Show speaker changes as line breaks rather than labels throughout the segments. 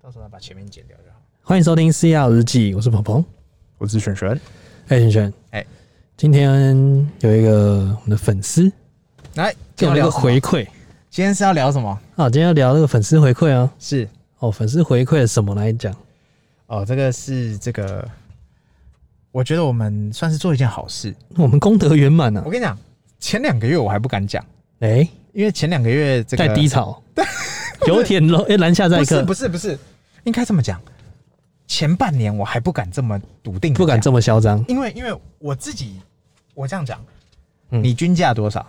到时候把前面剪掉就好。
欢迎收听《C L 日记》，我是鹏鹏。
我是璇璇，
哎，璇璇，
哎，
今天有一个我们的粉丝
来，
给
今天
我
要
们一
聊
个
什么
回，馈
今天是要聊什么？
啊，今天要聊这个粉丝回馈啊。
是
哦，粉丝回馈什么来讲？
哦，这个是这个，我觉得我们算是做一件好事。
我们功德圆满啊
我。跟你讲，前两个月我还不敢讲，
哎，
因为前两个月这个
在低 潮，有点楼哎，篮下在
不是
客
不是不是，应该这么讲，前半年我还不敢这么笃定，
不敢这
么，
么嚣张。
因为因为我自己，我这样讲，
嗯
你均价多少？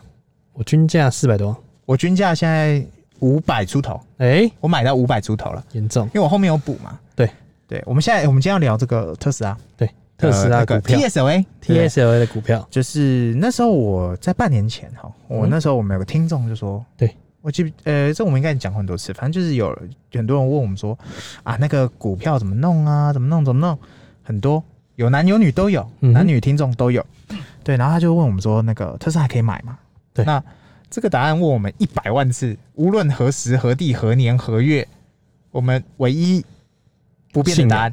我均价四百多，
我均价现在五百出头，
哎，
我买到五百出头了，
严重
因。为我后面有补嘛。
对
对，我们现在我们今天要聊这个特斯拉，
对，特斯
呃
拉股票
呃 T S O A
T S L A 的股票，
就是那时候我在半年前哈，我
嗯
那时候我们有个听众就说，
对
我记不呃，这我们应该讲过很多次，反正就是有很多人问我们说啊，那个股票怎么弄啊，怎么弄怎么弄，很多有男有女都有，
嗯哼
男女听众都有，对，然后他就问我们说，那个特斯拉可以买吗？
对
那这个答案问我们一百万次，无论何时何地何年何月，我们唯一不变的答案，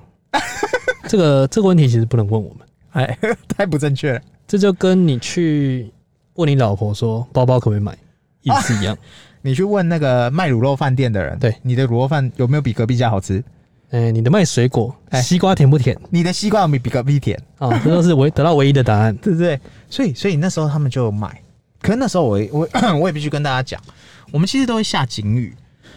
这个这个问题其实不能问我们，
哎， 太不正确了。
这就跟你去问你老婆说包包可不可以买意思一样。
你去问那个卖卤肉饭店的人，
对
你的卤肉饭有没有比隔壁家好吃？
哎、你的卖水果，
哎
西瓜甜不甜
你的西瓜有没有比隔壁甜？
啊、这都是唯得到唯一的答案。
对不对？所以，所以那时候他们就有买。可是那时候我我 我也必须跟大家讲，我们其实都会下警语，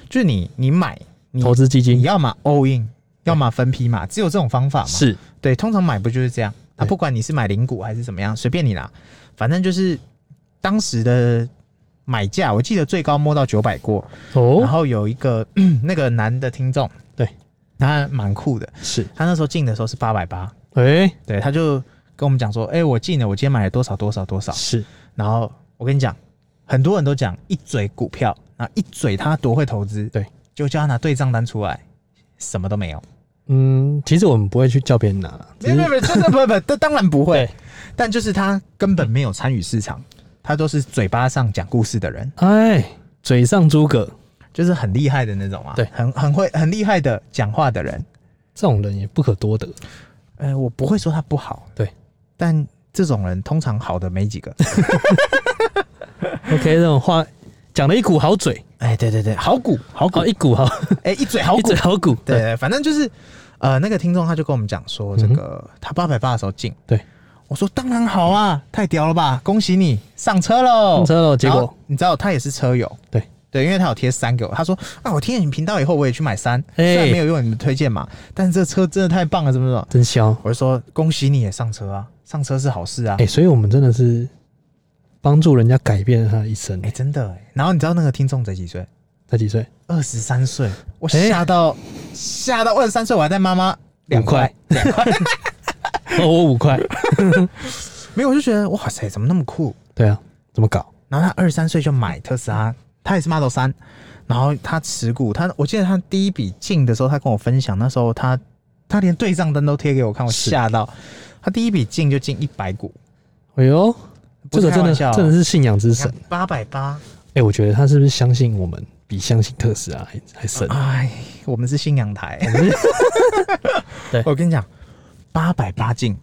就是你你买你
投资基
你
金
要么 all in，要么分批嘛，只有这种方法嘛。
是
对，通常买不就是这样？那
对
不管你是买零股还是怎么样，随便你啦，反正就是当时的买价，我记得最高摸到九百过，然
哦，
后有一个 那个男的听众，
对，
他蛮酷的，
是
他那时候进的时候是八百八，
哎、
对，他就跟我们讲说，哎、我进了，我今天买了多少多少多少，
是
然后我跟你讲，很多人都讲一嘴股票，然后一嘴他多会投资，
对，
就叫他拿对账单出来，什么都没有，
嗯，其实我们不会去叫别人拿啦，只
没有没有
是
没有，真的不不，这当然不 会
对，
但就是他根本没有参与市场，他都是嘴巴上讲故事的人，
哎，嘴上诸葛
就是很厉害的那种啊，
对
很很会很厉害的讲话的人。
这种人也不可多得。
呃，我不会说他不好，
对，
但这种人通常好的没几个。
OK，这种话讲了一股好嘴，
哎，对对对，好股好股
哦，，一股好，
哎， 一嘴好
一
股
嘴，好股，
对，对，反正就是，呃，那个听众他就跟我们讲说，这个他八百八的时候进，
对，
我说当然好啊，太屌了吧，恭喜你上车喽，
上车咯结果
然后你知道他也是车友，
对
对，因为他有贴三给我，他说啊，我听了你频道以后，我也去买 三，
哎
虽然没有用你们推荐嘛，但是这车真的太棒了，怎么怎么，
真香。
我就说恭喜你也上车啊，上车是好事啊，
哎、所以我们真的是帮助人家改变他的一生。
哎、真的、欸。然后你知道那个听众才几岁？
才几岁？
二十三岁。我
欸
吓到，吓、到二十三岁，我还带妈妈两
五块， 哦，我五块。
没有，我就觉得哇塞，怎么那么酷？
对啊，怎么搞？
然后他二十三岁就买特斯拉，他也是 Model 三，然后他持股，他我记得他第一笔进的时候，他跟我分享，那时候他他连对账单都贴给我看，我
是
吓到。他第一笔进就进一百股，
哎呦，
不
这
是
个
开
真
玩
的
笑哦
真的是信仰之神。
八百八。
哎、我觉得他是不是相信我们比相信特斯拉还还啊深？
哎，我们是信仰台。
对
我跟你讲，八百八进，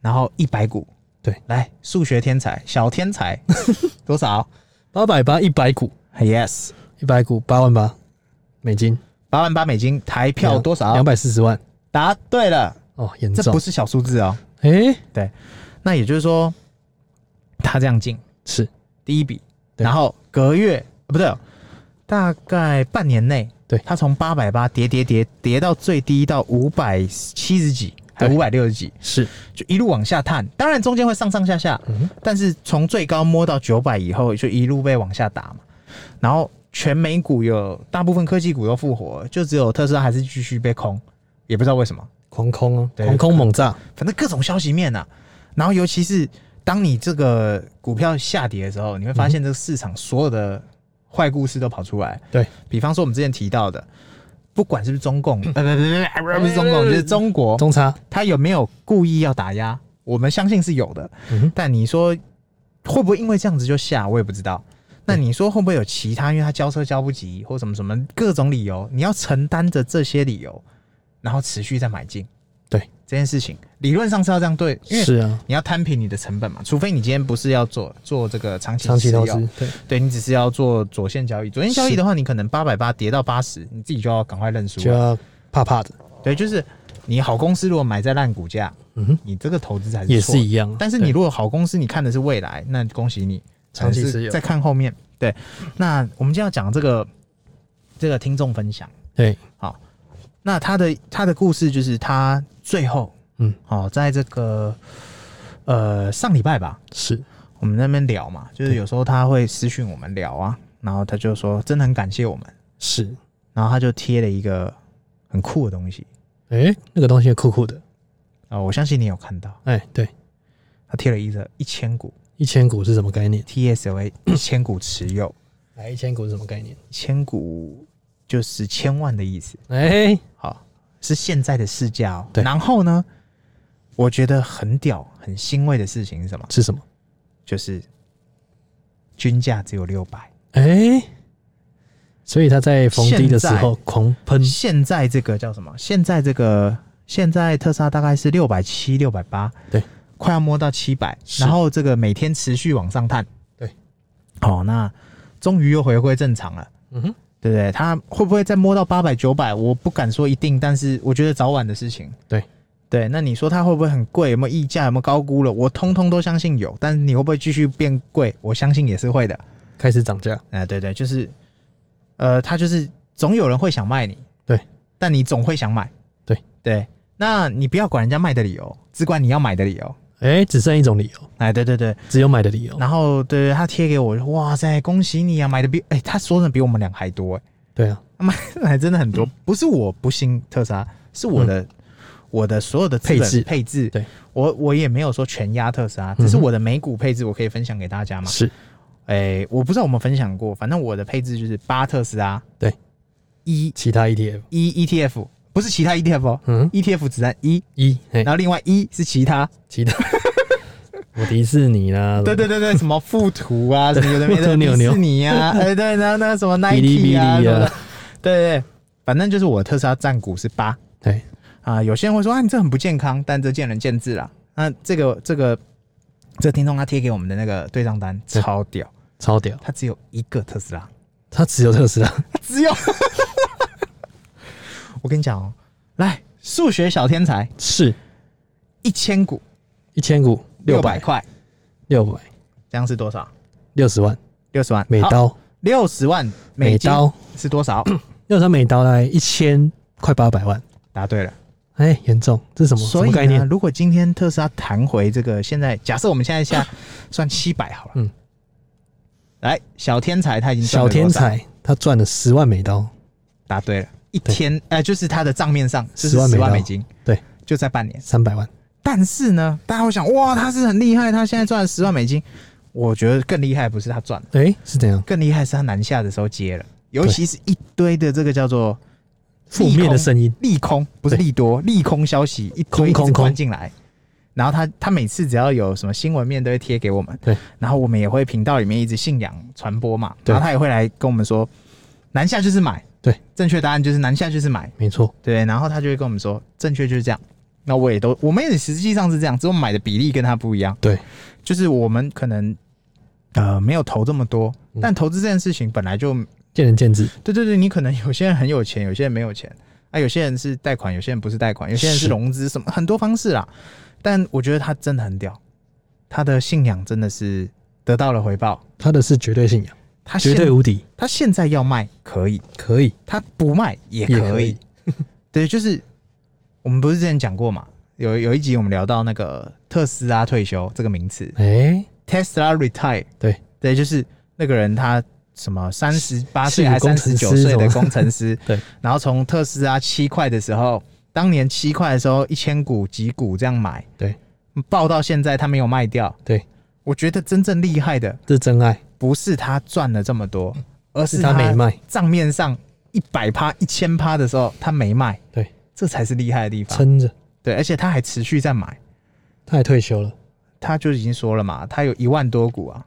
然后一百股。
对，
来，数学天才，小天才， 多少
八百八一百股，
？Yes，
一百股八万八美金，
八万八美金，台票多少？
两百四十万
答对了，
哦，严
这
重
不。是小数字哦。
哎、
对，那也就是说，他这样进
是
第一笔，
对
然后隔月呃不对哦，大概半年内，
对
他从八百八跌跌跌跌到最低到五百七十几，还
对
五百六十几，
是，
就一路往下探。当然中间会上上下下，
嗯
但是从最高摸到九百以后，就一路被往下打嘛。然后全美股有大部分科技股都复活，就只有特斯拉还是继续被空，也不知道为什么。
狂空啊，
对
狂空猛炸，
反正各种消息面啊，然后尤其是当你这个股票下跌的时候，你会发现这个市场所有的坏故事都跑出来。
嗯对，
比方说我们之前提到的，不管是不是中共，呃，不不不不，不是中共，就是中国，
中差
他有没有故意要打压？我们相信是有的，
嗯哼
但你说会不会因为这样子就下？我也不知道。那你说会不会有其他？因为他交车交不及，或什么什么各种理由，你要承担着这些理由，然后持续再买进。
对
这件事情，理论上是要这样对，因为
是啊，
你要摊平你的成本嘛。除非你今天不是要做做这个长期
长期投
持有
资，对，
对你只是要做左线交易。左线交易的话，你可能八百八跌到八十，你自己就要赶快认输啊
就
了。
要怕怕的，
对，就是你好公司如果买在烂股价，
嗯哼，
你这个投资才是
也
错的
是一样啊，
但是你
对
如果好公司，你看的是未来，那恭喜你，
长期
可能是
持有
再看后面。对，那我们今天要讲这个这个听众分享，
对，
那他的他的故事就是他最后，
嗯，
哦，在这个呃上礼拜吧，
是
我们那边聊嘛，就是
对
有时候他会私讯我们聊啊，然后他就说真的很感谢我们，
是，
然后他就贴了一个很酷的东西
哎，那个东西酷酷的，
啊、哦我相信你有看到，
哎，对，
他贴了一个一千股
一千股是什么概念？
TSOA 一千股持有。
哎，一千股是什么概念？
千股就是千万的意思，
哎，
好，是现在的市价哦。
对
然后呢，我觉得很屌、很欣慰的事情是什么？
是什么？
就是均价只有六百，
哎，所以他在逢低的时候狂喷，
现在这个叫什么？现在这个现在特斯拉大概是六百七、六百八，
对，
快要摸到七百，
是
然后这个每天持续往上探，
对，
好、那终于又回归正常了。
嗯哼，
对不对？它会不会再摸到八百九百？我不敢说一定，但是我觉得早晚的事情。
对
对，那你说它会不会很贵？有没有溢价？有没有高估了？我通通都相信有，但是你会不会继续变贵？我相信也是会的。
开始涨价，
哎、对对，就是，呃，它就是总有人会想卖你，
对，
但你总会想买，
对
对。那你不要管人家卖的理由，只管你要买的理由。
哎，只剩一种理由，
哎，对对对，
只有买的理由，
然后对对，他贴给我，哇塞，恭喜你啊，买的比哎，他说的比我们俩还多哎。
对啊，
买 还真的很
嗯
多，不是我不信特斯拉，是我的、我的所有的资本
配置
配置，
对嗯
我我也没有说全压特斯拉，只是我的美股配置我可以分享给大家嘛。
是
哎、我不知道我们分享过，反正我的配置就是八特斯拉，
对，
一
其他 E ETF，
一 ETF 不是其他 ETF 哦、
嗯，
e t f 只占一，
一，哎
然，后另外一是其他，
其他。 我迪士尼啦，
对对对 对，什么富途啊，什么有的没
富
的，
途 牛
迪
牛
士尼 啊，哎、对，然后那个什么 Nike 啊，
哔哩哔
什
哩
么的
啊，
对对对，反正就是我的特斯拉占股是八，
对，
啊，有些人会说啊，你这很不健康，但这见仁见智啦。那、这个这个这个听众他贴给我们的那个对账单
嗯
超屌，
超屌，
他只有一个特斯拉，
它只有特斯拉，
他只有。 我跟你讲哦，来，数学小天才
是
一千股
一千股六
百
百
块，
六百
这样是多少？
六十万
六十万
美刀，
六十万
美
美金
刀
是多少？
六十万美刀来一千快八百万，
答对了。
哎，严重，这是什么什
所
么概
以呢，
念？
如果今天特斯拉弹回这个，现在假设我们现在下算七百好了，
嗯，
来，小天才他已经赚
小
了多
天
少
才他赚了十万美刀，
答对了，一天呃，就是他的账面上就是
10万
十
美
万
刀
美金，
对，
就在半年。
三百万，
但是呢，大家会想，哇，他是很厉害，他现在赚了十万美金。我觉得更厉害不是他赚了，
哎，是怎样？
更厉害是他南下的时候接了，尤其是一堆的这个叫做
负面的声音，
利空，不是
对
利多，利空消息一堆一
空
直
空
灌
空
进来。然后他他每次只要有什么新闻面都会贴给我们，
对，
然后我们也会频道里面一直信仰传播嘛，
对
然后他也会来跟我们说，南下就是买，
对，
正确答案就是南下就是买，
没错，
对，然后他就会跟我们说，正确就是这样。那我也都，我们也实际上是这样，只有买的比例跟他不一样。
对，
就是我们可能呃没有投这么多，
嗯
但投资这件事情本来就，
见仁见智，
对对对，你可能有些人很有钱，有些人没有钱，啊，有些人是贷款，有些人不是贷款，有些人是
是
融资，什么很多方式啦。但我觉得他真的很屌，他的信仰真的是得到了回报。
他的是绝对信仰，
他
绝对
现
无敌，
他现在要卖可以，
可以，
他不卖也
也
可以。，对，就是我们不是之前讲过嘛？有有一集我们聊到那个特斯拉退休这个名词
哎，
，Tesla retire。
对
对，就是那个人他什么三十八岁
是
还
工
三
程
十
师
九岁的
什么
工程师，
对，
然后从特斯拉七块的时候，当年七块的时候一千股几股这样买，
对，
报到现在他没有卖掉。
对，
我觉得真正厉害的
这是真爱，
不是他赚了这么多，而
是
是
他没卖，
账面上一百趴、一千趴的时候，他没卖，
对，
这才是厉害的地方。
撑着，
对，而且他还持续在买，
他也退休了，
他就已经说了嘛，他有一万多股啊，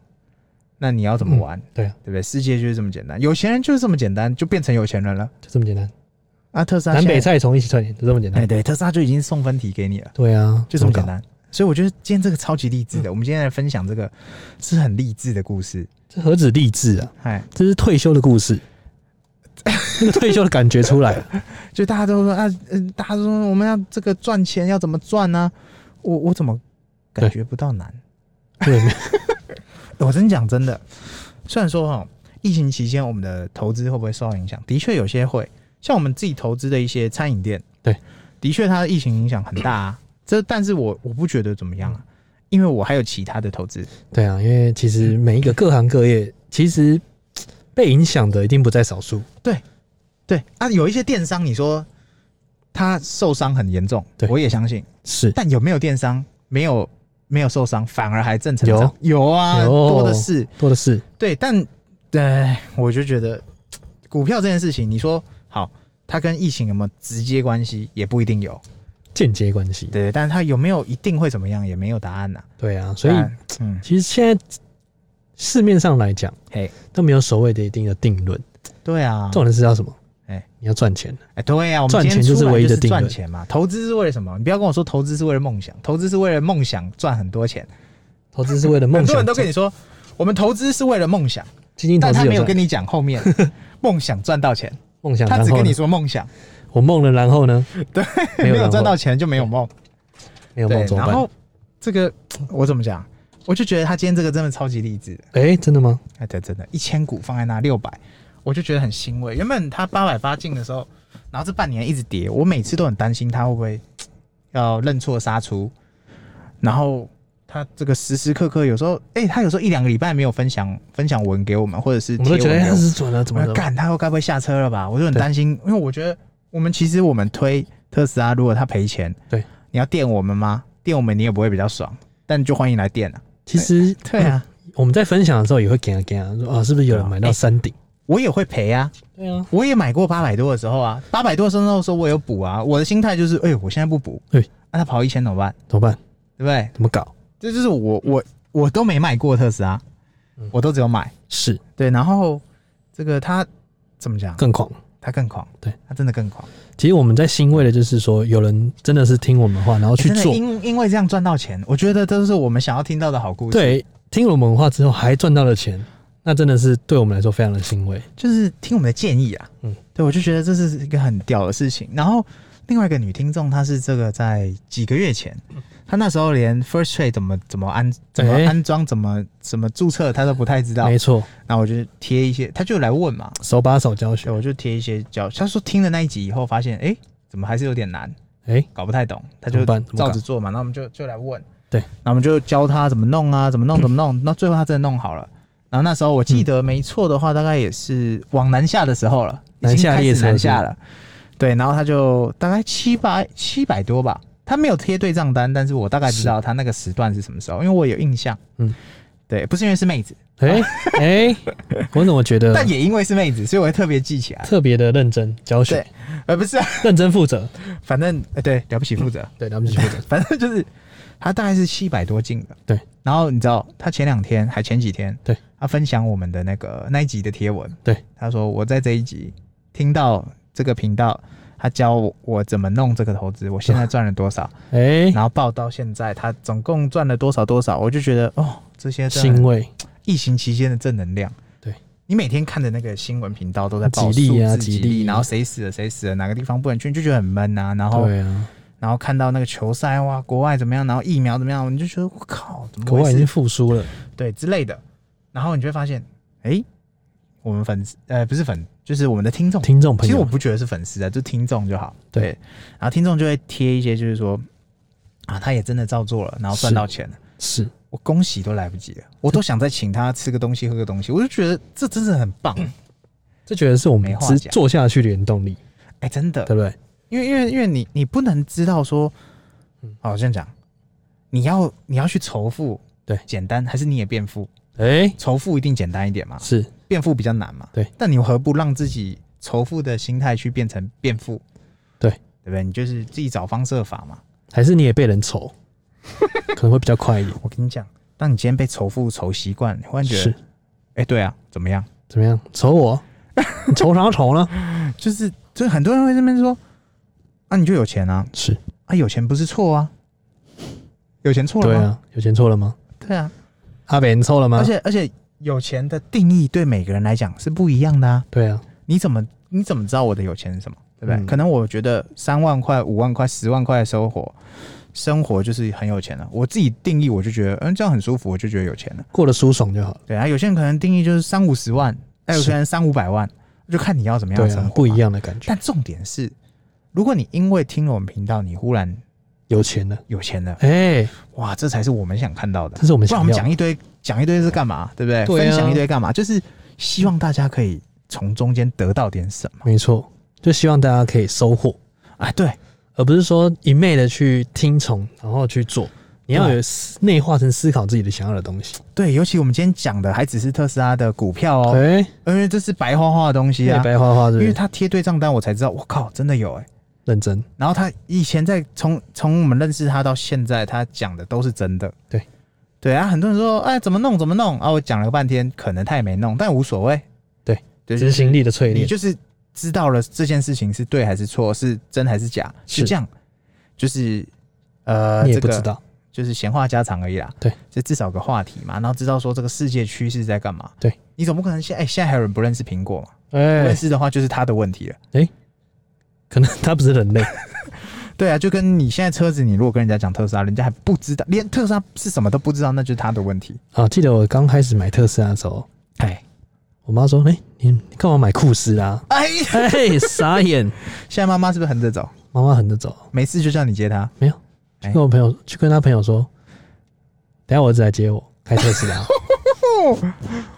那你要怎么玩？
对啊，
对不对？世界就是这么简单，有钱人就是这么简单，就变成有钱人了。
就这么简单。
啊，特斯拉
南
现在
北菜从一起串联，就这么简
哎，
单。
对，特斯拉就已经送分题给你了，
对啊，
就这么简
搞。嗯
单。所以我觉得今天这个超级励志的，我们今天来分享这个是很励志的故事。
这何止励志啊！
哎，
这是退休的 故事，那个退休的感觉出来了。
就大家都说啊，嗯、大家都说我们要这个赚钱要怎么赚呢、我我怎么感觉不到难？
对，
我真讲真的，虽然说哈，疫情期间我们的投资会不会受到影响？的确有些会，像我们自己投资的一些餐饮店，
对，
的确它的疫情影响很大啊。这但是我我不觉得怎么样啊，因为我还有其他的投资。
对啊，因为其实每一个各行各业，其实被影响的一定不在少数。
对啊，有一些电商，你说他受伤很严重，
对
我也相信。
是，
但有没有电商没有没有受伤，反而还正成长？有啊，
有
多的是。
多的是。
对，但对，我就觉得股票这件事情，你说好，它跟疫情有没有直接关系，也不一定有。
间接关系。
对，但它有没有一定会怎么样，也没有答案呐、
对啊，所以
但嗯，
其实现在市面上来讲
嘿，
都没有所谓的一定的定论，
对啊，
重点是要什么？
哎
你要赚钱，
哎，对啊，我们
赚
今
钱
天
就是
出来
唯一的
就是
定
赚
论
钱嘛，投资是为了什么？你不要跟我说投资是为了梦想，投资是为了梦想赚很多钱。
投资是为了梦
很多
想
人都跟你说，我们投资是为了梦想，
基金投
但
资
他没有
赚
跟你讲后 面梦想赚到钱，
梦想，
他
然
只
后
跟
呢
你说梦想，
我梦了，然后呢？
对，
没
没
有
有赚
然后
到钱就没有梦。
没有
对
梦，怎么
然
办
后？这个我怎么讲？我就觉得他今天这个真的超级励志的，
哎，真的吗？
哎，对，真的，一千股放在那六百，我就觉得很欣慰。原本他八百八进的时候，然后这半年一直跌，我每次都很担心他会不会要认错杀出，然后。他这个时时刻刻，有时候，哎、他有时候一两个礼拜没有分享分享文给我们，或者是
我们都
贴
觉得
文
哎
给
他
我们
是准了，怎么
我
的
说？啊干，他又该不会下车了吧？我就很
对
担心，因为我觉得我们其实我们推特斯拉，如果他赔钱，
对，
你要电我们吗？电我们你也不会比较爽，但就欢迎来电啊。
其实
对啊，
我们在分享的时候也会给啊给啊，说啊，是不是有人买到山顶？
我也会赔啊，
对啊，
我也买过八百多的时候啊，八百多的时候那时候我有补啊，我的心态就是，哎、我现在不补，
对
那、他跑一千怎么办？
怎么办？
对不对？
怎么搞？
这就是我我我都没卖过特斯拉，
嗯
我都只有买。
是
对，然后这个他怎么讲？
更狂。
他更狂，
对
他真的更狂，
其实我们在欣慰的就是说，有人真的是听我们的话，然后哦去
真的
做。
因因为这样赚到钱，我觉得这是我们想要听到的好故事。
对，听了我们的话之后还赚到了钱，那真的是对我们来说非常的欣慰。
就是听我们的建议啊。
嗯
嗯，对，我就觉得这是一个很屌的事情。然后另外一个女听众，她是这个在几个月前，她那时候连 First Trade 怎么怎么安怎么
嗯哎
安装、怎么怎么注册，她都不太知道
没。错，
那我就贴一些，她就来问嘛，
手把手教学
对，。我就贴一些教。她说听了那一集以后，发现哎、诶怎么还是有点难，
哎、
搞不太懂，她
怎
就
么办怎么搞
照着做嘛。那我们就就来问，
对，
那我们就教她怎么弄啊，怎么弄怎么弄。那最后她真的弄好了。然后那时候我记得没错的话，大概也是往南下的时候了，已
南
经
下
开
列
始
车
南下了。对，然后他就大概七百七百多吧，他没有贴对账单，但是我大概知道他那个时段是什么时候，因为我有印象。
嗯
嗯，对，不是因为是妹子，
哎 哎，我怎么觉得
但也因为是妹子，所以我会特别记起来。
特别的认真教学
对，呃，不是、啊，
认真负责？
反正呃对，了不起负责，
对，他们就负责。
反正就是他大概是七百多进的。
对，
然后你知道他前两天还前几天，
对，
他分享我们的那个那一集的贴文，
对，
他说我在这一集听到这个频道，他教我我怎么弄这个投资，我现在赚了多少，
哎、
然后报到现在他总共赚了多少多少，我就觉得哦，这些真
欣
的
慰，
疫情期间的正能量。
对
你每天看的那个新闻频道都在报
几例啊
数字
几
几
例
例，然后谁死了谁死了，哪个地方不能去，你就觉得很闷啊。然后
对啊，
然后看到那个球赛哇，国外怎么样，然后疫苗怎么样，你就觉得我靠，怎么
国外已
回
经
事？
复苏了，
对之类的，然后你就会发现，哎、我们粉丝呃不是粉，就是我们的听众，
听众朋
其实我
友，
不觉得是粉丝啊，就听众就好。
对
然后听众就会贴一些，就是说啊，他也真的照做了，然后赚
是
到钱了，
是
我恭喜都来不及了，我都想再请他吃个东西，喝个东西，我就觉得这真的很棒，
这觉得是我们
没话
只
讲
做下去的原动力，
哎、真的，
对不对？
因为因为因为你你不能知道说
嗯，
好这样讲，你要你要去仇富，
对
简单还是你也变富？
哎、
仇富一定简单一点嘛，
是
变富比较难嘛。
对，
但你何不让自己仇富的心态去变成变富？
对
对不对？你就是自己找方设法嘛。
还是你也被 人愁，可能会比较快一点。
我跟你讲，当你今天被仇富仇习惯，你忽然觉
是
得哎、对啊，怎么样？
怎么样？瞅我，你瞅啥瞅呢？
就是就是很多人会这边说，啊，你就有钱啊，
是
啊，有钱不是错啊，有钱错
对
了吗？
啊，有钱错了吗？
对啊，
阿北，你错了吗
而？且而且有钱的定义对每个人来讲是不一样的啊，
对啊，
你怎么你怎么知道我的有钱是什么？对不对？
嗯
可能我觉得三万块、五万块、十万块的生活，生活就是很有钱了。我自己定义，我就觉得，嗯，这样很舒服，我就觉得有钱了。
过得舒爽就好了。
对啊，有些人可能定义就是三五十万，哎，有些人三五百万，就看你要怎么样的
对
生活、
啊，不一。样的感觉。
但重点是，如果你因为听了我们频道，你忽然
有钱了，
有钱了，
哎、
哇，这才是我们想看到的。
这是我们
不
想
然我
要
们
的。
讲一堆，讲一堆是干嘛？对不对？
对啊
分享一堆干嘛？就是希望大家可以从中间得到点什么。
没错，就希望大家可以收获，
哎，对，
而不是说一昧的去听从，然后去做。你要有
啊
思内化成思考自己的想要的东西。
对，尤其我们今天讲的还只是特斯拉的股票哦，
哎、
因为这是白花花的东西
黑
啊。
白花花是
因
不
为
是
他贴对账单，我才知道，我靠，真的有哎、
认真，
然后他以前在从从我们认识他到现在，他讲的都是真的。
对，
对啊，很多人说，哎，怎么弄怎么弄啊？我讲了半天，可能他也没弄，但无所谓。
对，
对，
执行力的淬
你
炼。
就是知道了这件事情是对还是错，是真还是假，
是
是这样，就是呃，
你也
这
不
个
知道，
就是闲话家常而已啦。
对，
就至少有个话题嘛，然后知道说这个世界趋势在干嘛。
对，
你总不可能现哎、现在还有人不认识苹果嘛？不
哎、
认识的话就是他的问题了。
可能他不是人类，
对啊，就跟你现在车子，你如果跟人家讲特斯拉，人家还不知道，连特斯拉是什么都不知道，那就是他的问题。
啊，记得我刚开始买特斯拉的时候，
哎
我妈说：“哎、你你干嘛买库斯拉
哎，？”
哎、傻眼！
现在妈妈是不是横着走？
妈妈横着走，
没事就叫你接她。
没有，去
哎
跟我朋友、去跟他朋友说，等一下我儿子来接我，开啊特斯 拉，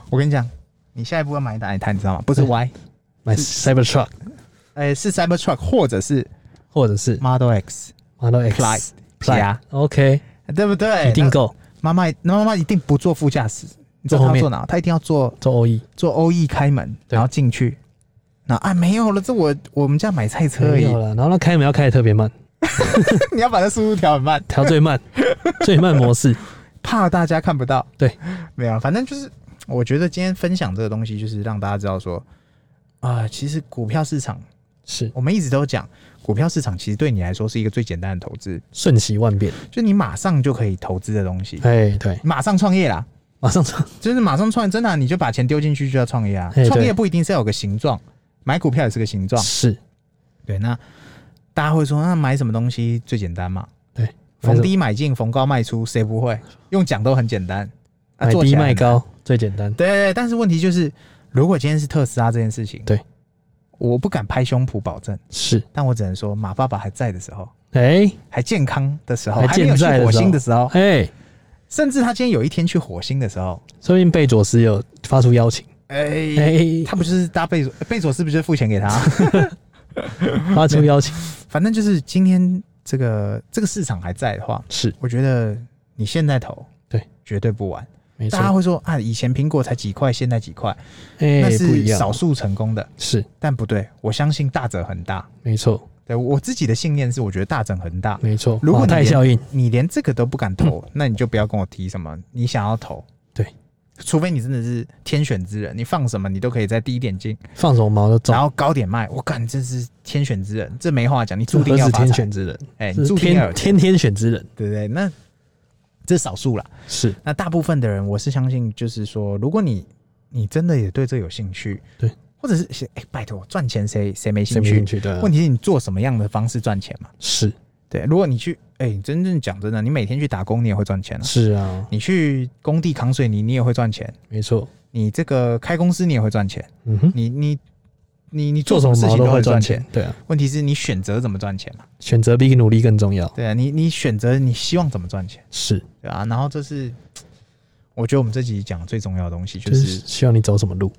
我跟你讲，你下一步要买哪一台，你知道吗？不是 Y，
买 Cybertruck，
哎、是 Cybertruck 或者是
或者是
Model X
Model
Plaid
X、
加
OK，
对不对？
一定够
哎那。妈妈，那妈妈一定不坐副驾驶，你知道
坐
她
后
要
面
坐哪？她一定要坐
做 OE，
坐欧 E 开门，
对
然后进去。那啊，没有了，这我我们家买菜车而
没
已
有。了。然后那开门要开的特别慢，
你要把它速度调很慢，
调 最慢，最慢模式。
怕大家看不到。
对，
没有啊，反正就是我觉得今天分享这个东西，就是让大家知道说，啊、其实股票市场，
是
我们一直都讲，股票市场其实对你来说是一个最简单的投资，
瞬息万变，
就你马上就可以投资的东西。
哎、对，
马上创业啦，
马上上，
就是马上创业，真的啊、你就把钱丢进去就要创业啊
嘿。对
创业不一定是要有个形状，买股票也是个形状。
是
对，那大家会说，那买什么东西最简单嘛？
对，
逢低买进，逢高卖出，谁不会？用讲都很简单，啊、
买
做起
低
来很
卖
难。
高最简单，
对对对，但是问题就是，如果今天是特斯拉这件事情，
对，
我不敢拍胸脯保证，
是
但我只能说，马爸爸还在的时候，
哎
还健康的时候，
还
还没有
健
去
在的
火
时候
星的时候，
哎、
甚至他今天有一天去火星的时候，
说不定贝佐斯有发出 邀请，
哎、
哎、
他不就是搭贝佐贝佐是不是就付钱给他？
发出邀请
反正就是今天这个这个市场还在的话，
是
我觉得你现在投，
对，
绝对不晚。
没错
大，家会说啊，以前苹果才几块，现在几块，
哎、
那
不
是
一样，
少数成功的，
是
但不对，我相信大者恒大。
没错
对我自己的信念是，我觉得大者恒大。
没错，
如果
马
你
嗯太
连
效应，嗯
你连这个都不敢投，那你就不要跟我提什么你想要投。
对，
除非你真的是天选之人，你放什么你都可以在低点进，
放什么毛都中
然，后高点卖。我感真是天选之人，这没话讲，你注定
何
要
止
发
天
财
选。之人，
哎、你
是
注定要有钱，
天天天选之人，
对不对？那这少数啦。
是
那大部分的人，我是相信，就是说，如果你你真的也对这有兴趣，
对，
或者是哎、拜托，赚钱谁谁没
谁
兴
没
趣
兴？趣的
问？题是嗯你做什么样的方式赚钱嘛？
啊是
对，如果你去哎、真正讲真的，你每天去打工，你也会赚钱啊。
是啊，
你去工地扛水泥，你也会赚钱；
没错，
你这个开公司，你也会赚钱。
嗯哼，
你你你你
做
什么事
什么毛
情
都
会
会
赚
赚
钱
钱，，对啊，
问题是你选择怎么赚钱嘛？
选择比努力更重要，
对啊，你你选择你希望怎么赚钱，
是，
对啊，然后这是我觉得我们这集讲最重要的东西，就
就是
是
希望你走什么路。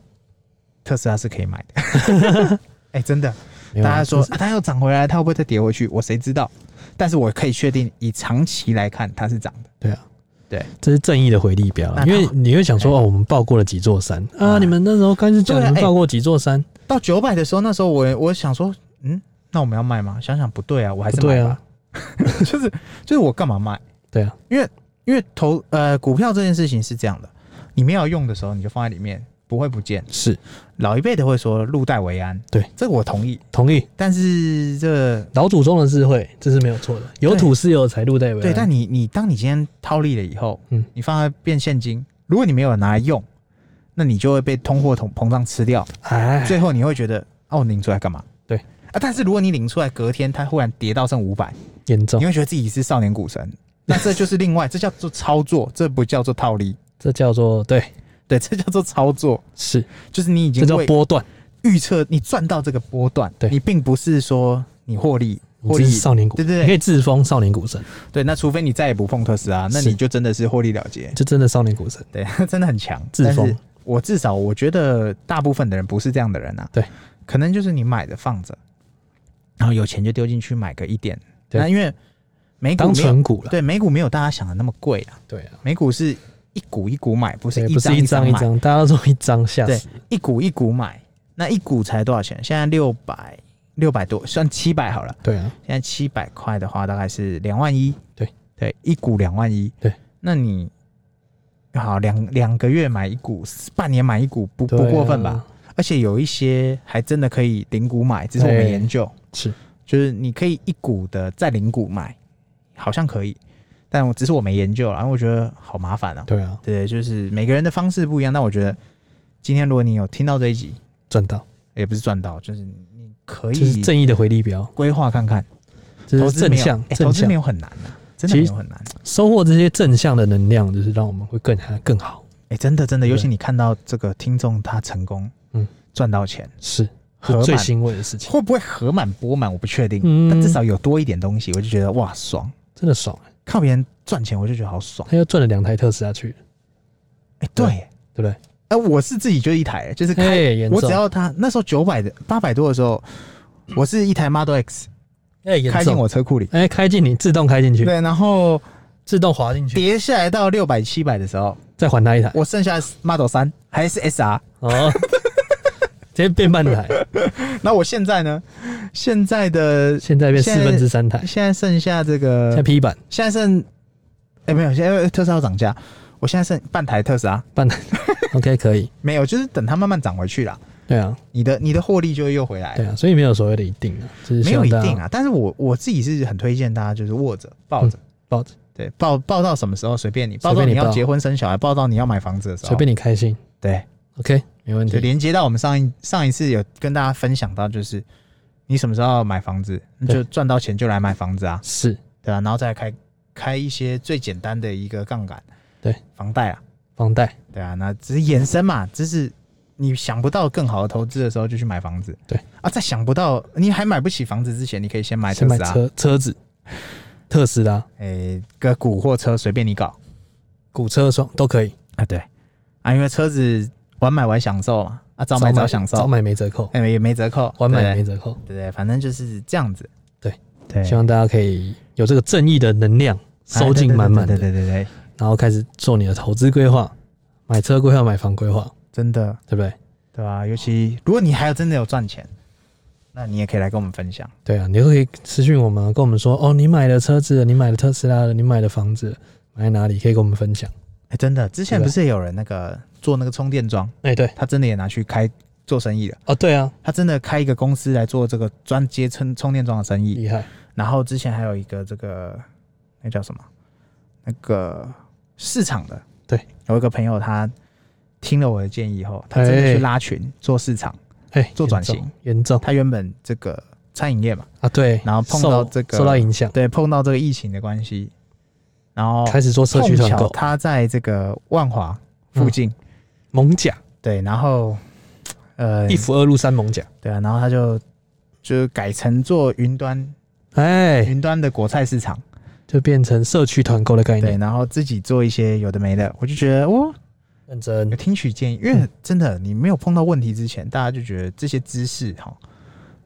特斯拉是可以买的。 哎、真的，
没有
大家说
就是
啊，它又涨回来，它会不会再跌回去？我谁知道？但是我可以确定，以长期来看，它是涨的。
对啊，
对，
这是正义的回力标
那
啦，
他
因为你会想说哦，我们报过了几座山
啊
啊，你们那时候开始讲
对
你
啊
们报过几座山，
到九百的时候，那时候我我想说，嗯，那我们要卖吗？想想不对啊，我还是
不对
买 吧
啊。，
就是就是我干嘛卖？
对啊，
因为投呃股票这件事情是这样的，你没有用的时候你就放在里面，不会不见。
是
老一辈的会说“入袋为安”，
对，
这个我同意。
同意。
但是这
老祖宗的智慧，这是没有错的。有
对
土是有财路代为安。
对，但你你当你今天套利了以后，
嗯
嗯，你放在变现金，如果你没有拿来用，那你就会被通货膨膨胀吃掉，
哎，
最后你会觉得，哦，我领出来干嘛？
对
啊，但是如果你领出来，隔天它忽然跌到剩五百，
严重
你，会觉得自己是少年股神，那这就是另外，这叫做操作，这不叫做套利，
这叫做对，
对，这叫做操作，
是
就是你已
这
经
叫
为
波段，
预测你赚到这个波段，
对
你并不是说你获利，
你
获
这
利
是少年股，
对对
你可
对
以自封少年股神，
对，那除非你再也不碰特斯拉，那
是
你就真的是获利了结，
就真的少年股神。
对， 真的很强，
自
但是
封
我至少我觉得大部分的人不是这样的人啊，
对，
可能就是你买的放着，然后有钱就丢进去买个一点，
对
那因为美股
当
没有
纯股了，
对美股没有大家想的那么贵啊，
对啊，
美股是一股一股买，不是
对
一
不是
张
一张
张
一
买，
张，大家都说一张吓
对
死，，
一股一股买，那一股才多少钱？现在六百六百多，算七百好了。
对啊，
现在七百块的话，大概是两万一。
对
对，一股两万一。
对，
那你好两两个月买一股，半年买一股不
对啊
不过分吧？？而且有一些还真的可以零股买，这是我们
对
研究，
是
就是你可以一股的再零股买，好像可以，但我只是我没研究啦，因为我觉得好麻烦啊。
对啊，
对，就是每个人的方式不一样，但我觉得今天如果你有听到这一集，
赚到，
也不是赚到，就是你可
这是
以
正义的回力标，
规划看看。
这
投
是
资
正
没有
向
欸
正
投资没
向，
有很难啊，真的没有很难。
收获这些正向的能量，就是让我们会更更好。
哎、真的真的，
对
尤其你看到这个听众他成功，
嗯
嗯，赚到钱，
是
盒马
最欣慰的事情，
会不会合满钵满我不确定，
嗯
但至少有多一点东西，我就觉得哇爽，
真的爽。
靠别人赚钱我就觉得好爽。
他又赚了两台特斯拉去，
哎、对，
对不对？
哎、我是自己就一台，就是开，
哎，严重
我只，要他那时候九百的八百多的时候，我是一台 Model X
哎，严
开进
重，
我车库里，
哎，开进你自动开进去，
对，然后
自动滑进去，
跌下来到六百七百的时候，
再还他一台，
我剩下 Model 三还是 SR，
哦， 直接变半台，
那我现在呢？现在的
现在变四分之三台，
哎现呃在剩下这
现在
个，
P 版
现在剩，哎、没有，现在特斯拉要涨价，我现在剩半台特斯拉，
半台，OK 可以，
没有，就是等它慢慢涨回去啦，
对啊，
你的你的获利就会又回来
对，啊，所以没有所谓的一定啊，就是
哎没
希
有
望
一
大家
定啊，但是我我自己是很推荐大家就是握着抱着。
抱着，
对，抱抱到什么时候随便你，抱
嗯随
到
便你
你要
抱
结婚生小孩，抱到你要买房子的时候，
随便你开心
对，
，OK 没问
就
题，
连接到我们上一上一次有跟大家分享到，就是你什么时候要买房子，你就
对
赚到钱就来买房子啊，
是
对啊，然后再开开一些最简单的一个杠杆，
对，
房贷啊，
房贷，
对啊，那只是延伸嘛，只是你想不到更好的投资的时候就去买房子，
对
啊，在想不到你还买不起房子之前，你可以先买
先
特
买
斯拉，
车车子，特斯拉、
诶、哎个股或车随便你搞
古车双都可以，
啊，对啊，因为车子晚买晚享受嘛，啊，早买早享受，
早买没折扣，
哎、也没折扣，
晚买
对
没折扣，
对对，反正就是这样子，
对
对，
希望大家可以有这个正义的能量
哎
收进
对对
满满
对
的，
对对对对，
然后开始做你的投资规划，买车规划、买房规划，
真的。
对不对？
对吧、尤其如果你还有真的有赚钱，那你也可以来跟我们分享。
对啊，你都可以私讯我们啊，跟我们说哦，你买了车子了，你买了特斯拉了，你买了房子了，买在哪里，可以跟我们分享。
哎、真的，之前
对啊
不是也有人那个做那个充电桩，
哎、对，
他真的也拿去开做生意了。
哦，对啊，
他真的开一个公司来做这个专接充充电桩的生意。
厉害，
然后之前还有一个这个那叫什么那个市场的，
对，
有一个朋友他听了我的建议以后，他真的
哎
去拉群做市场。
哎、
做转型
严重严重
他原本这个餐饮业嘛，
啊，对，
然后碰到
受
这个
受到影响，
对，碰到这个疫情的关系，然后
开始做社区
哦碰
团
巧
购，嗯
他在这个万华附近，
蒙甲
对，然后呃
一，府二路三蒙甲，
对啊，然后他就就改成做云端
哎、
云端的国菜市场，
就变成社区团购的概
对，
念，
然后自己做一些有的没的，我就觉得哦，
认真
有听取建议，因为真的你没有碰到问题之前，大家就觉得这些知识哈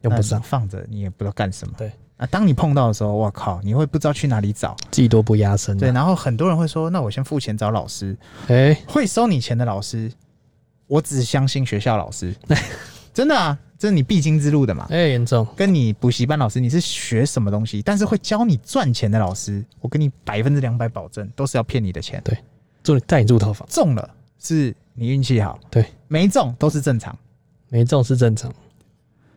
用不
那
上，
放着你也不知道干什么，
对。
啊，当你碰到的时候，我靠，你会不知道去哪里找。
技多不压身、啊
对，，然后很多人会说，那我先付钱找老师，
哎、
会收你钱的老师，我只相信学校老 师，真的啊，这是你必经之路的嘛。
哎，严、重，
跟你补习班老师，你是学什么东西？但是会教你赚钱的老师，我跟你百分之两百保证，都是要骗你的钱。
祝你带你住套房，
中了是你运气好，
对，
没中都是正常。
没中是正常。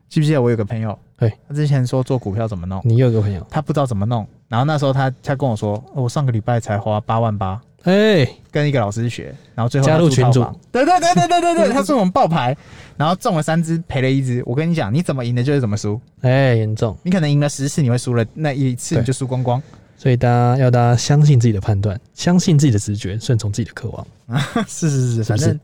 记不记得我有个朋友，
对
他之前说做股票怎么弄，
你又有个朋友，
他不知道怎么弄，然后那时候他他跟我说，哦我上个礼拜才花八万八。
哎、
跟一个老师学，然后最后
加入群组
组，对对对对对对对，他说我们爆牌，然后中了三只，赔了一只。我跟你讲，你怎么赢的就是怎么输，
哎、严重。
你可能赢了十次，你会输了那一次你就输光光。
所以大家要大家相信自己的判断，相信自己的直觉，顺从自己的渴望。
是是是，
是
反
不是
正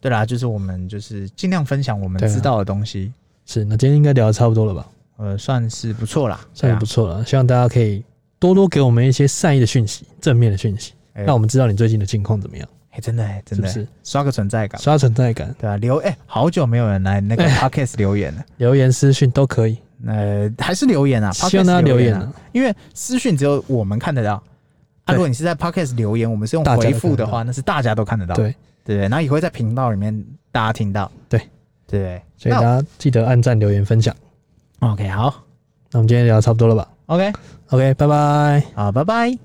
对啦，就是我们就是尽量分享我们
对啊
知道的东西，
是，那今天应该聊的差不多了吧？
呃，算是不错啦，啊
算是不错了，希望大家可以多多给我们一些善意的讯息、正面的讯息，
哎
让我们知道你最近的近况怎么样，
哎、真的、哎，真的、
是不是
刷个存在感，
刷存在感、
对啊，留哎、好久没有人来 那个 podcast 留言了。
留言、私讯都可以。
呃，还是留言啊，
希望大家
podcast 留
留言
啊，因为私讯只有我们看得到。啊，
对
如果你是在 podcast 留言，我们是用
大家都
回复的
看得
话，那是大家都看得到，
对，
对不对？然后也会在频道里面大家听到，
对
对不对。
所以大家记得按赞、留言、分享。
那 OK 好
那我们今天聊的差不多了吧
，OK，
？OK，拜拜。
好，拜拜。